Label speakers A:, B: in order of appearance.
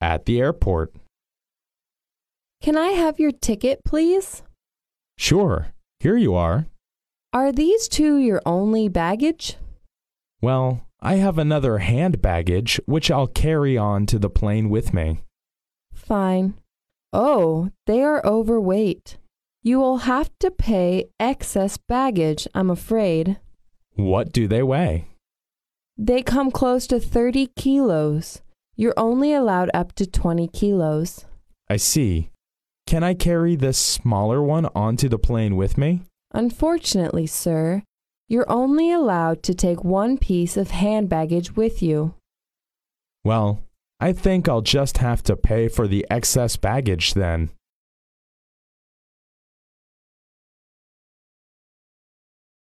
A: at the airport.
B: Can I have your ticket, please?
A: Sure, here you are.
B: Are these two your only baggage?
A: Well, I have another hand baggage which I'll carry on to the plane with me.
B: Fine. Oh, they are overweight. You will have to pay excess baggage, I'm afraid.
A: What do they weigh?
B: They come close to 30 kilos. You're only allowed up to 20 kilos.
A: I see. Can I carry this smaller one onto the plane with me?
B: Unfortunately, sir, you're only allowed to take one piece of hand baggage with you.
A: Well, I think I'll just have to pay for the excess baggage then.